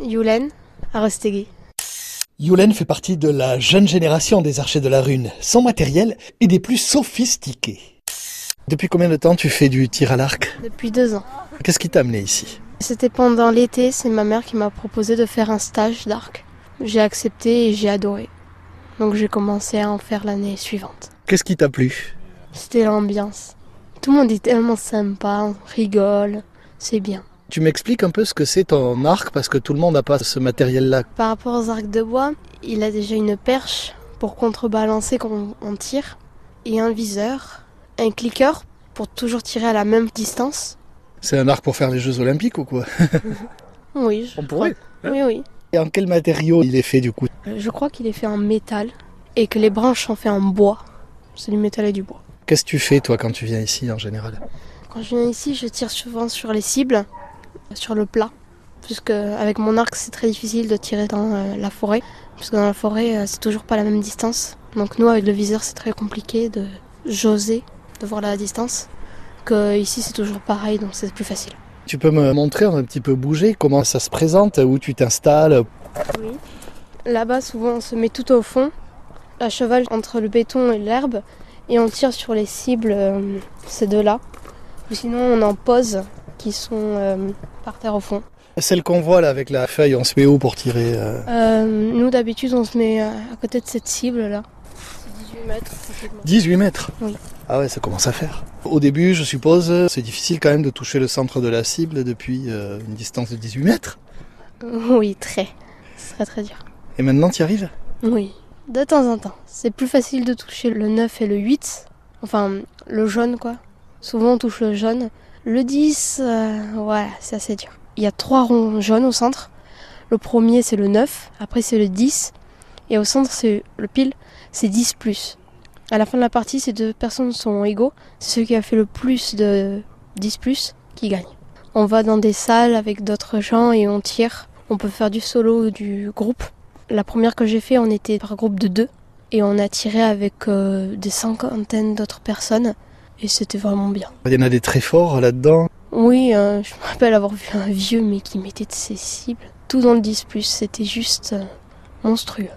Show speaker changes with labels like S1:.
S1: Yulen Arostegui.
S2: Yulen fait partie de la jeune génération des archers de la rune, sans matériel et des plus sophistiqués. Depuis combien de temps tu fais du tir à l'arc
S1: Depuis deux ans.
S2: Qu'est-ce qui t'a amené ici
S1: C'était pendant l'été, c'est ma mère qui m'a proposé de faire un stage d'arc. J'ai accepté et j'ai adoré. Donc j'ai commencé à en faire l'année suivante.
S2: Qu'est-ce qui t'a plu
S1: C'était l'ambiance. Tout le monde est tellement sympa, on rigole, c'est bien.
S2: Tu m'expliques un peu ce que c'est ton arc parce que tout le monde n'a pas ce matériel-là.
S1: Par rapport aux arcs de bois, il a déjà une perche pour contrebalancer quand on tire, et un viseur, un clicker pour toujours tirer à la même distance.
S2: C'est un arc pour faire les Jeux Olympiques ou quoi
S1: Oui, je
S2: On pourrait. hein.
S1: crois- Oui, oui.
S2: Et en quel matériau il est fait du coup
S1: Euh, Je crois qu'il est fait en métal et que les branches sont faites en bois. C'est du métal et du bois.
S2: Qu'est-ce que tu fais toi quand tu viens ici en général
S1: Quand je viens ici, je tire souvent sur les cibles, sur le plat, puisque avec mon arc, c'est très difficile de tirer dans euh, la forêt, puisque dans la forêt, euh, c'est toujours pas la même distance. Donc nous, avec le viseur, c'est très compliqué de j'oser de voir la distance. Que ici, c'est toujours pareil, donc c'est plus facile.
S2: Tu peux me montrer un petit peu bouger comment ça se présente, où tu t'installes
S1: Oui. Là-bas, souvent, on se met tout au fond, à cheval entre le béton et l'herbe, et on tire sur les cibles, euh, ces deux-là. Ou sinon, on en pose, qui sont euh, par terre au fond.
S2: Celle qu'on voit là avec la feuille en spéo pour tirer. euh,
S1: Euh, nous, d'habitude, on se met euh, à côté de cette cible-là. C'est 18 mètres,
S2: 18 mètres
S1: Oui.
S2: Ah ouais, ça commence à faire. Au début, je suppose, euh, c'est difficile quand même de toucher le centre de la cible depuis euh, une distance de 18 mètres.
S1: Oui, très. Ce serait très dur.
S2: Et maintenant, tu y arrives
S1: Oui. De temps en temps. C'est plus facile de toucher le 9 et le 8. Enfin, le jaune, quoi. Souvent, on touche le jaune. Le 10, euh, voilà, c'est assez dur. Il y a trois ronds jaunes au centre. Le premier, c'est le 9. Après, c'est le 10. Et au centre, c'est le pile, c'est 10 plus. À la fin de la partie, ces deux personnes sont égaux. C'est celui qui a fait le plus de 10 plus qui gagne. On va dans des salles avec d'autres gens et on tire. On peut faire du solo ou du groupe. La première que j'ai fait, on était par groupe de deux et on a tiré avec euh, des cinquantaines d'autres personnes et c'était vraiment bien.
S2: Il y en a des très forts là-dedans.
S1: Oui, euh, je me rappelle avoir vu un vieux mais qui mettait de ses cibles tout dans le 10 c'était juste euh, monstrueux.